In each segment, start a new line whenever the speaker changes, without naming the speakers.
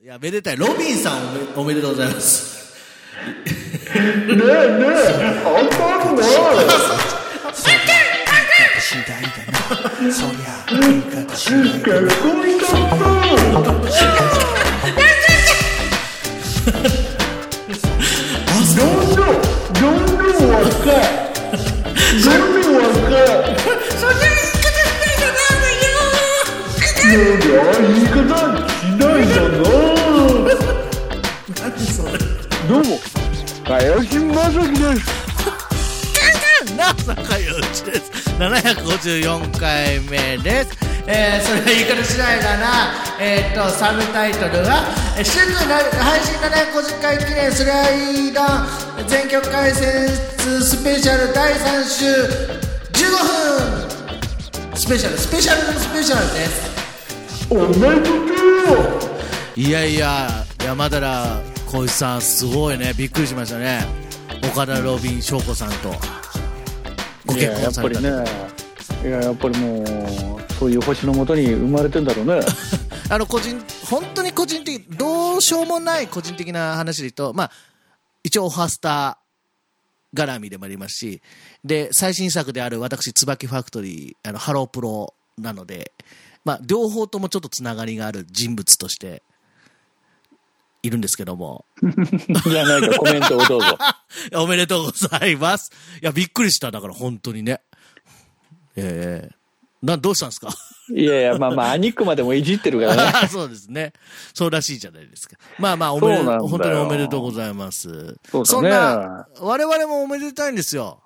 いや、めでたい。ロビンさんおめおめでとうございます。
ねえねえ、あんたくない。
次第だなそりゃ喧嘩が次第
結婚しちゃったどんどん、どんどん若い。どんどん若い。ねえ、ああ言い方しないだな。どうも、かよしまさきです。
なあ、坂井うちです。754回目です。えー、それは言い方しないだな。えー、っと、サブタイトルは、えー、春のライブ配信750回記念スライダー全曲解説スペシャル第3週15分スペシャル、スペシャルのスペシャルです。
おめでとう。
いやいや、山寺浩一さん、すごいね、びっくりしましたね、岡田ロビン翔子さんとご
い
結
やや
婚
っ
さ
ぱ
れた
り
と、
ね。いや、やっぱりもう、そういう星のもとに生まれてんだろ うね。
あの個人、本当に個人的、どうしようもない個人的な話で言うと、まあ、一応、オハスタ絡みでもありますし、で最新作である私、椿ファクトリー、あのハロープロなので、まあ、両方ともちょっとつながりがある人物としているんですけども。
じゃあないかコメントをどうぞ。
おめでとうございます。いや、びっくりした。だから、本当にね。ええな、どうしたんですか
いやいや、まあまあ、アニックまでもいじってるから ね。
そうですね。そうらしいじゃないですか。まあまあ、おめ
そ
で
うなんだよ
本当におめでとうございます。
そうだね
んな、我々もおめでたいんですよ。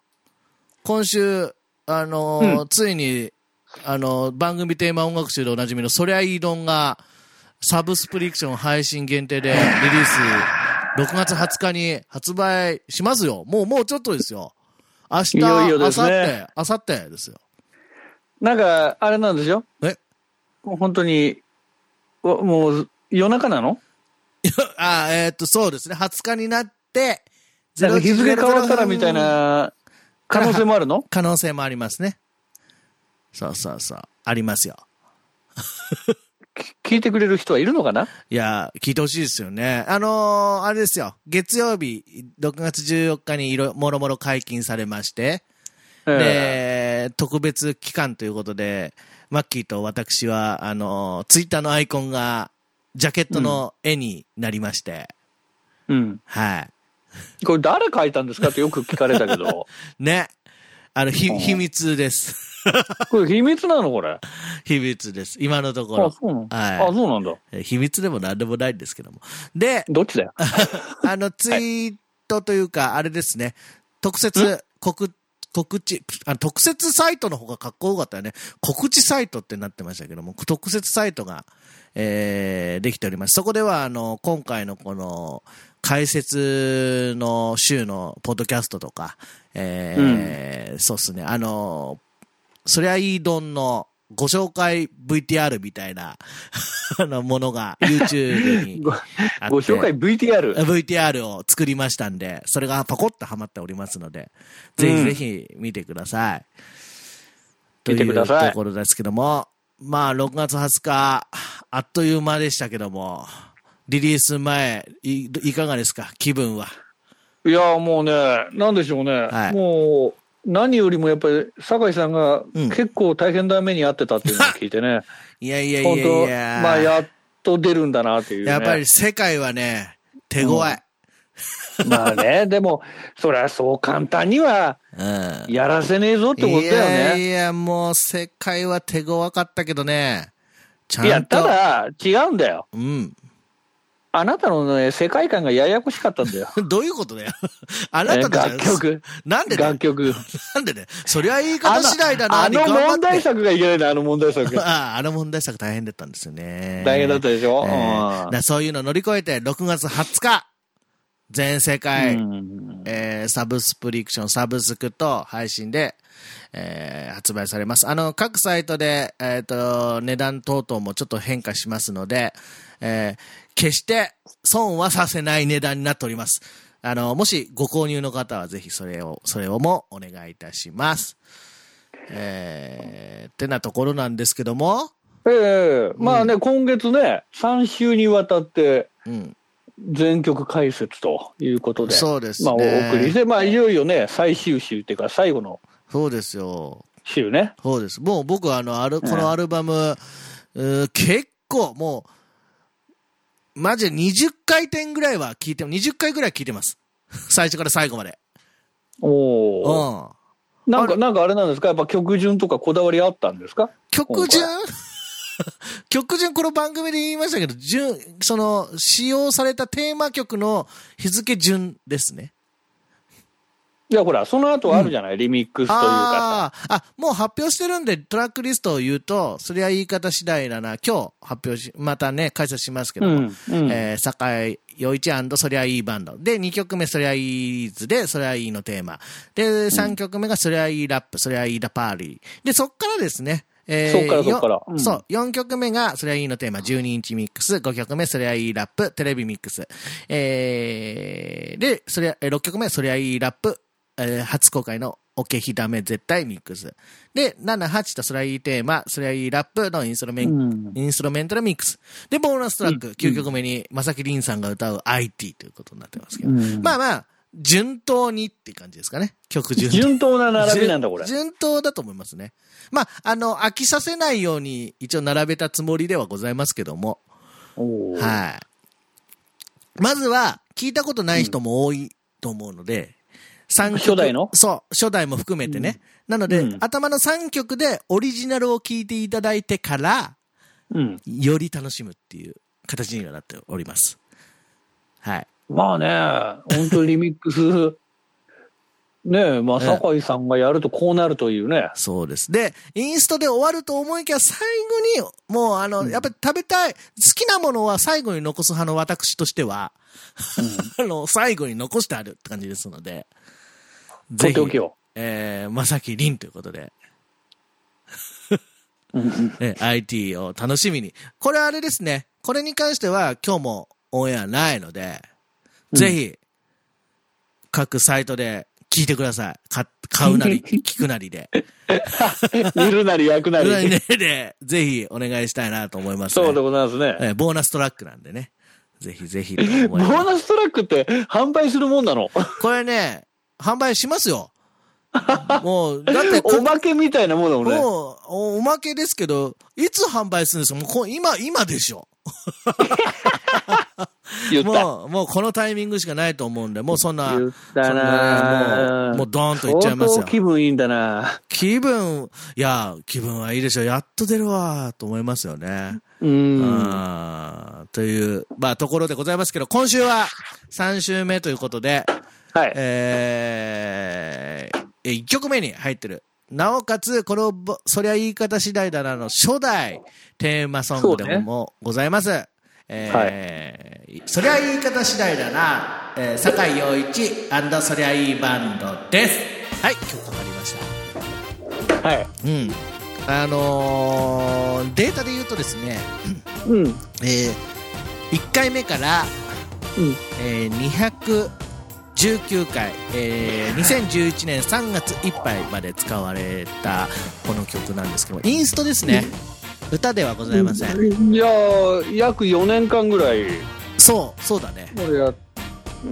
今週、あのーついに、あのー番組テーマ音楽集でおなじみの、そりゃいい論が、サブスプリクション配信限定でリリース、6月20日に発売しますよ。もう、もうちょっとですよ。明日、
いよい
明
よで
後
すね
日、明後日ですよ。
なんか、あれなんでしょ
え
もう本当に、おもう、夜中なの
あ、えーっと、そうですね。20日になって、
なんか日付変わったらみたいな可能性もあるの
可能性もありますね。そうそうそう。ありますよ。
聞いてくれる人はいるのかない
や、聞いてほしいですよね。あのーあれですよ。月曜日、6月14日にいろ、もろもろ解禁されまして、
ええ
で、特別期間ということで、マッキーと私は、あのーツイッターのアイコンが、ジャケットの絵になりまして、
うん。
はい。
これ誰書いたんですかってよく聞かれた けど。
ね。あの、ひ、
うん
秘密です。
これ秘密なのこれ。あ、
秘密です。今のところ
そ。うなの
はい
あ、そうなんだ。
え秘密でも何でもないんですけども。で、
どっちだよ。
あの、ツイートというか、あれですね、特設、告、告知、あの特設サイトの方がかっこよかったよね。告知サイトってなってましたけども、特設サイトが、えー、できております。そこでは、あの、今回のこの、解説の週のポッドキャストとか、えーそうですね、あの、そりゃいいどんのご紹介 VTR みたいな、 あの、ものが YouTube に
ご
あって
ご紹介 VTR。
VTR を作りましたんで、それがパコッとはまっておりますので、ぜひぜひ見てください。
見てください
というところですけども、まあ、6月20日、あっという間でしたけども、リリース前、いいかがですか気分は。
いやもうね、なんでしょうね、
はい
もう何よりもやっぱり酒井さんが
うん
結構大変な目に遭ってたっていうのを聞いてね、
い やいやいや
本
い
当、
や。
まあ、やっと出るんだなっていう、ね、
やっぱり世界はね、手強い。
まあね、でも、そりゃそう簡単には
うん
やらせねえぞってことだよ
いや
ね。
いや、もう世界は手強かったけどね、ちゃん
い
と。
や、ただ、違うんだよ。
うん。
あなたのね、世界観がややこしかったんだよ。
どういうことだよ。あな
え
たのじゃん
楽曲、
なんでだ
楽
よ。
曲。
なんでだよ。そりゃ言い
あ
方次第だ
の
な。
あ
に
の
頑張っ
問
て
題作がいけないんだよ、あの問題 作。
ああ、あの問題作大変だったんですよね。
大変だったでしょ、
えーだからそういうの乗り越えて、6月20日、全世界、
うんうん
えーサブスプリクション、サブスクと配信で、えー発売されます。あの、各サイトで、えっ、と、値段等々もちょっと変化しますので、えー決して損はさせない値段になっております。あの、もしご購入の方はぜひそれを、それをもお願いいたします。えー、ってなところなんですけども、
ええまあね、今月ね、3週にわたって、
うん。
全曲解説ということで、
そうですね
まあ、お送りして、まあ、いよいよね、最終週っていうか、最後の
そうですよ。
週ね。
そうです。もう僕はあの、ある、このアルバム、うー結構もう、マジで20回転ぐらいは聞いて、20回ぐらい聞いてます。最初から最後まで。
お
う
お、
ん。
なん
あ
か、なんかあれなんですか、やっぱ曲順とかこだわりあったんですか
曲順 曲順この番組で言いましたけど、順、その、使用されたテーマ曲の日付順ですね。
いや、ほら、その後あるじゃない、リミックスというかさ。
あーあ、もう発表してるんで、トラックリストを言うと、そりゃ言い方次第だな、今日発表し、またね、解説しますけども、
うんうん
えー、酒井陽一そりゃいいバンド。で、2曲目、そりゃいいズで、そりゃいいのテーマ。で、3曲目が、そりゃいいラップ、そりゃいいラパーリー。で、そっからですね、えー
そっからそっから
よ
うん
そう、4曲目が、そりゃいいのテーマ、12インチミックス、5曲目、そりゃいいラップ、テレビミックス。えー、で、そりゃ、えー6曲目、そりゃいいラップ、えー初公開の、オケヒダメ絶対ミックス。で、7、8とそりゃいいテーマ、そりゃいいラップのインストルメン、
うん
インストルメンタルミックス。で、ボーナストラック、9曲目に、まさきりんさんが歌う IT ということになってますけど。
うん
まあまあ、順当にって感じですかね。曲順当
順当な並びなんだ、これ。
順順当だと思いますね。まあ、あの、飽きさせないように一応並べたつもりではございますけども。
おー
はい。まずは、聞いたことない人も多いと思うので、三曲
初代の
そう、初代も含めてね。なので、
うん
頭の3曲でオリジナルを聞いていただいてから、
うん。
より楽しむっていう形にはなっております。はい。
まあね、本当にリミックス、 ねえ、まあ、
ね
酒井さんがやるとこうなるというね。
そうです。で、インストで終わると思いきや、最後に、もう、あの、やっぱり食べたい、好きなものは最後に残す派の私としては、 あの、最後に残してあるって感じですので、
とっておきを。
えー、まさきりんということで、 えー IT を楽しみに。これあれですね。これに関しては今日もオンエアないので、ぜひ、各サイトで聞いてください。か買うな り、聞くなりで。
見るなり焼くな
ぐらい
り。
ねで、ぜひお願いしたいなと思います、ね。
そうでございますね。
えーボーナストラックなんでね。ぜひぜひと思い
ボ
ます。
ーナストラックって販売するもんなの
これね、販売しますよ。もう、だってこ
おまけみたいなもんだもんね。
もうお、おまけですけど、いつ販売するんですかもうこ、今、今でしょ。
言った。
もう、もうこのタイミングしかないと思うんで、もうそんな、
言ったな
そんなも
ぁ
うもうドーンといっちゃいます
相
よ
当。気分いいんだな
気分、いや、気分はいいでしょ。やっと出るわ、と思いますよね。
うーん。
あーという、まあ、ところでございますけど、今週は3週目ということで、
はい。
えー、1曲目に入ってる。なおかつ、このぼ、そりゃ言い方次第だなの初代テーマソング
そう
で
ね
もございます。えーそりゃ言い方次第だな、えー、酒井陽一そりゃいいバンドです。はい、曲かかりました。
はい。
うん。あのーデータで言うとですね、
うん。うん。
えー、1回目から、えー、219回、えー、2011年3月いっぱいまで使われたこの曲なんですけどもインストですね歌ではございません
いやー約4年間ぐらい、
そうそうだね
これや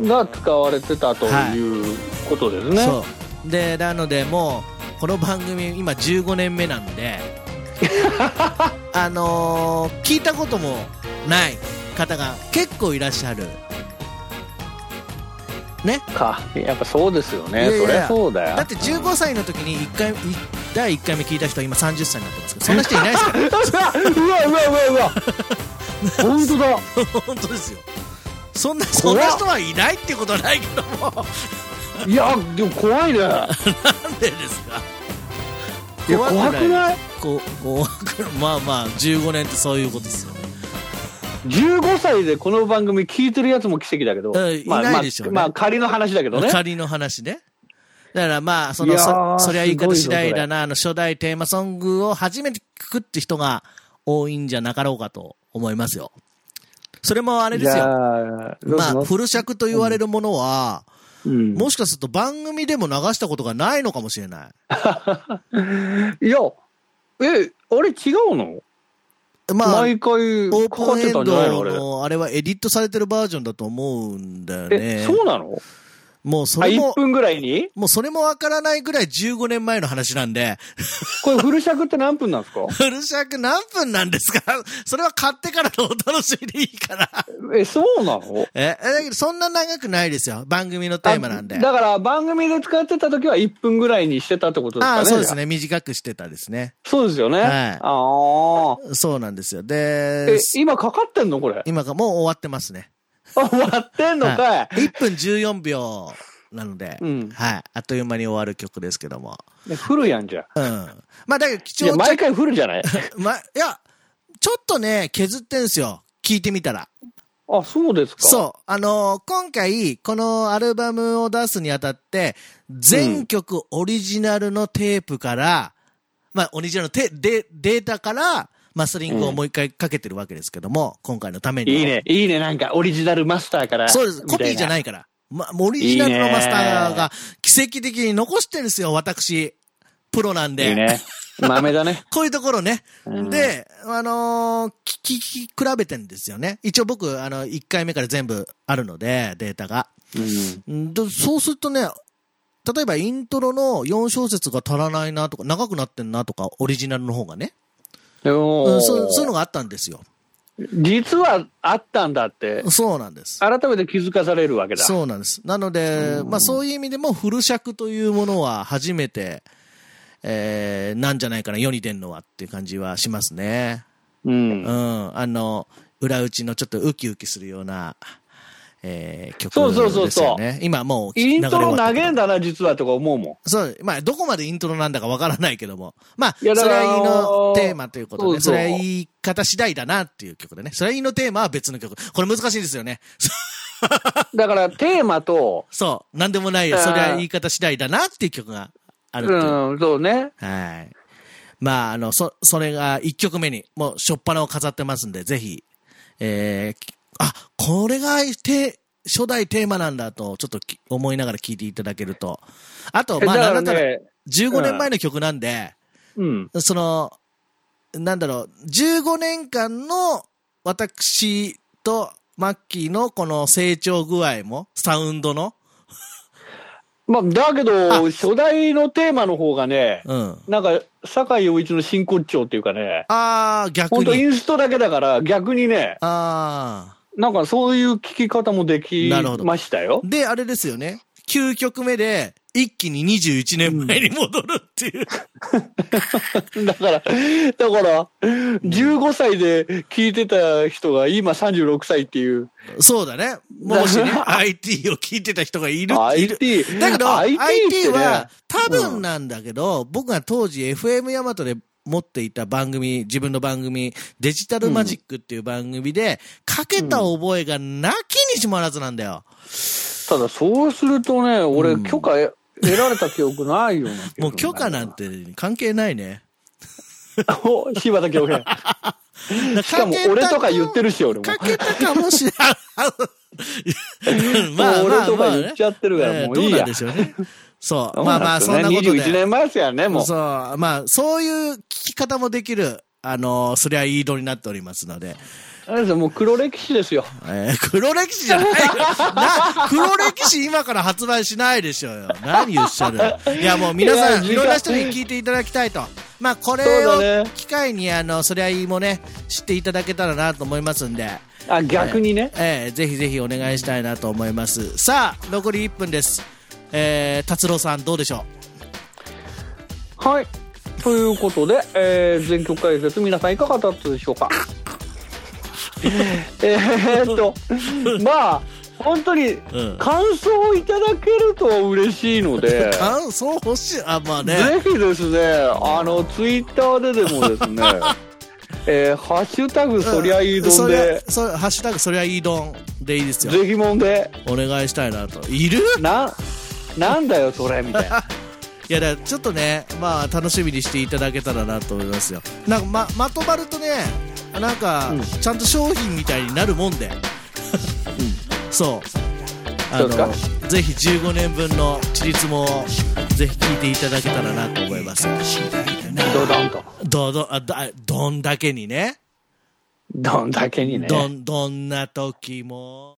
が使われてたということですね。
そうでなのでもうこの番組今15年目なん であのー聞いたこともない方が結構いらっしゃるね
か。やっぱそうですよ
い
ね。
やいや
そりゃそうだよ。
だって15歳の時に一回い第1回目聞いた人は今30歳になってますけどそんな人いないです か
うわうわうわうわ本当だ
ら本当ですよそんなそんな人はいないってことはないけども
いやでも怖いねいや
なんでですか
怖くない
こ怖くないまあまあ15年ってそういうことですよね
15歳でこの番組聞いてるやつも奇跡だけ
う
ど、
ん
まあ
いないでしょうね
まあ、まあ仮の話だけどね
仮の話ねだからまあその
いやー
そそりゃ言い方次第
すごいぞ
だなあの初代テーマソングを初めて聞くって人が多いんじゃなかろうかと思いますよそれもあれです
いや
よ
ー
まあ
どうします
古尺と言われるものは、
うん
もしかすると番組でも流したことがないのかもしれない。
いやえあれ違うの
まあ、
毎回
オー
かか
プン
っ
エ
て
ン
たんじゃないのあ
ド
れ。
の、あれはエディットされてるバージョンだと思うんだよ
え、
ね。
そうなの
もうそ
あ、
れ
1
も、
分ぐらいに
もうそれもわからないぐらい15年前の話なんで、
これフル尺って何分なんですか
フルシャーク何分なんですかそれは買ってからのお楽しみでいいから。
え、そうなの
え、えだけどそんな長くないですよ。番組のテーマなんで。
あだから番組で使ってた時は1分ぐらいにしてたってことですか
あ
ね。
あ、そうです
ね。
ね。短くしてたですね。
そうですよね。
はい
ああ。
そうなんですよ。
え
で、、
今かかってんのこれ。あ、
今がもう終わってますね。
終わってんのかい。
1分14秒なので、
うん
はい。あっという間に終わる曲ですけども。
ねフルやんじゃん。
うん。まあ、だけど貴
いや、
重っちゃ
毎回フルじゃない
ま、いや、ちょっとね、削ってんすよ。聞いてみたら。
あ、そうですか。
そう。あのー今回、このアルバムを出すにあたって、全曲オリジナルのテープから、まあ、オリジナルのテデデータから、マスタリングをもう一回かけてるわけですけども、今回のために。
いいね、いいね、なんかオリジナルマスターから。。
そうです。コピーじゃないいから。ま、もうオリジナルのマスタ
い
ー
いね
が奇跡的に残してるんですよ、私。プロなんで。
いいね。豆だね。
こういうところね。
うん
で、あのー聞き、聞き比べてんですよね。一応僕、あの、1回目から全部あるので、データが。
うん。
んでそうするとね、例えばイントロの4小節が足らないなとか、長くなってんなとか、オリジナルの方がね。
で
う
も
ん、そうそういうのがあったんですよ。
実はあったんだって、
そうなんです。
改めて気づかされるわけだ。
そうなんです。なので、まあそういう意味でも、フル尺というものは初めて、えー、なんじゃないかな、世に出んのはっていう感じはしますね。
う。ん
う。ん、あの、裏打ちのちょっとウキウキするような、えー、曲です
そ
よ
う
ね。
そうそうそう
今もう聞き
イント
流
ロ投
れ終わ
げん
った
だな、実はとか思うもん。
そう、まあ、どこまでイントロなんだかわからないけども。まあ、そ
いやだ
れ
から
はいいのテーマということで、
そ
そう
そう
れは言い方次第だなっていう曲でね。それはいいのテーマは別の曲。これ難しいですよね。
だからテーマと、
そう、なんでもないよ。
あー
それは言い方次第だなっていう曲があ
う
るっていう。
ん、そうね。
はい。まあ、あの、そ、それが1曲目に、もう、しょっぱなを飾ってますんで、ぜひ、えー、きあ、これが、て、初代テーマなんだと、ちょっとき思いながら聴いていただけると。あと、まあ、
だ
な
から
んだったら、
ね、
15年前の曲なんで、
うん。
その、なんだろう、15年間の、私と、マッキーのこの成長具合も、サウンドの、
まあ、だけ
あ
ど、初代のテーマの方がね、
うん。
なんか、酒井陽一の真骨頂っていうかね、
あー、逆
本当イ
に。
ンストだけだから、逆にね、
あー。
なんかそういう聞き方もでき
なるほど
ましたよ。
で、あれですよね。9曲目で、一気に21年前に戻るっていう。
だから、だから、15歳で聞いてた人が今36歳っていう。
そうだね。もしね、IT を聞いてた人がいる、いる。
IT。
だけど、IT,
IT ってね
は、多分なんだけど、僕が当時 FM ヤマトで持っていた番組、自分の番組、デジタルマジックっていう番組で、かけた覚えがなきにしもあらずなんだよ。
ただそうするとね、
う
俺
ん
許可得られた記憶ないような気がするんだよ な。
もう許可なんて関係ないね。
お。柴 田恭平。しかも俺とか言ってるし、俺も。
かけたかもしれ ないまあ
もう
まあ
俺と
ま
か
あ
言っちゃってるから
ね
もういいや
どうなんでしょうね。そう。まあまあ、そんなこと
21
で。
年前ですよね、もう。
そう。まあ、そういう聞き方もできる、あのー、そりゃいい度になっておりますので。
あれですよ、もう黒歴史ですよ。
えー黒歴史じゃない な、黒歴史今から発売しないでしょうよ。何おっしゃる。いやもう皆さん、
い
い
や
ろんな人に聞いていただきたいと。まあこれ
そうだ
を
ね
機会に、あの、そりゃいいもね、知っていただけたらなと思いますんで。
あ、逆にね。
えーぜひぜひお願いしたいなと思いますさあ残り1分ですえー達郎さんどうでしょ
はい。ということで、えー、全曲解説皆さんいかがだったでしょう かえーっと、 まあ、本当に
うん
感想をいただけると嬉しい ので、
う感想欲しいあまあね
ぜひですね、あの、ツイッターででもです ね、えー、ハッシュタグそりゃいいどん
そりゃ
で、
そハッシュタグそりゃいいどんでいいですよ
ぜひもんで、
お願いしたいなといる
な、なんだよそれ、みたいな。
いやだからちょっとねまあ楽しみにしていただけたらなと思いますよなんかままとまるとねなんか、
うん
ちゃんと商品みたいになるもんで、そうあ
そうですか
のぜひ15年分の地立もぜひ聞いていただけたらなと思います
次第だな
ドドンと。
どどあだどんだけにね、
どんだけにね。
どん、どんな時も。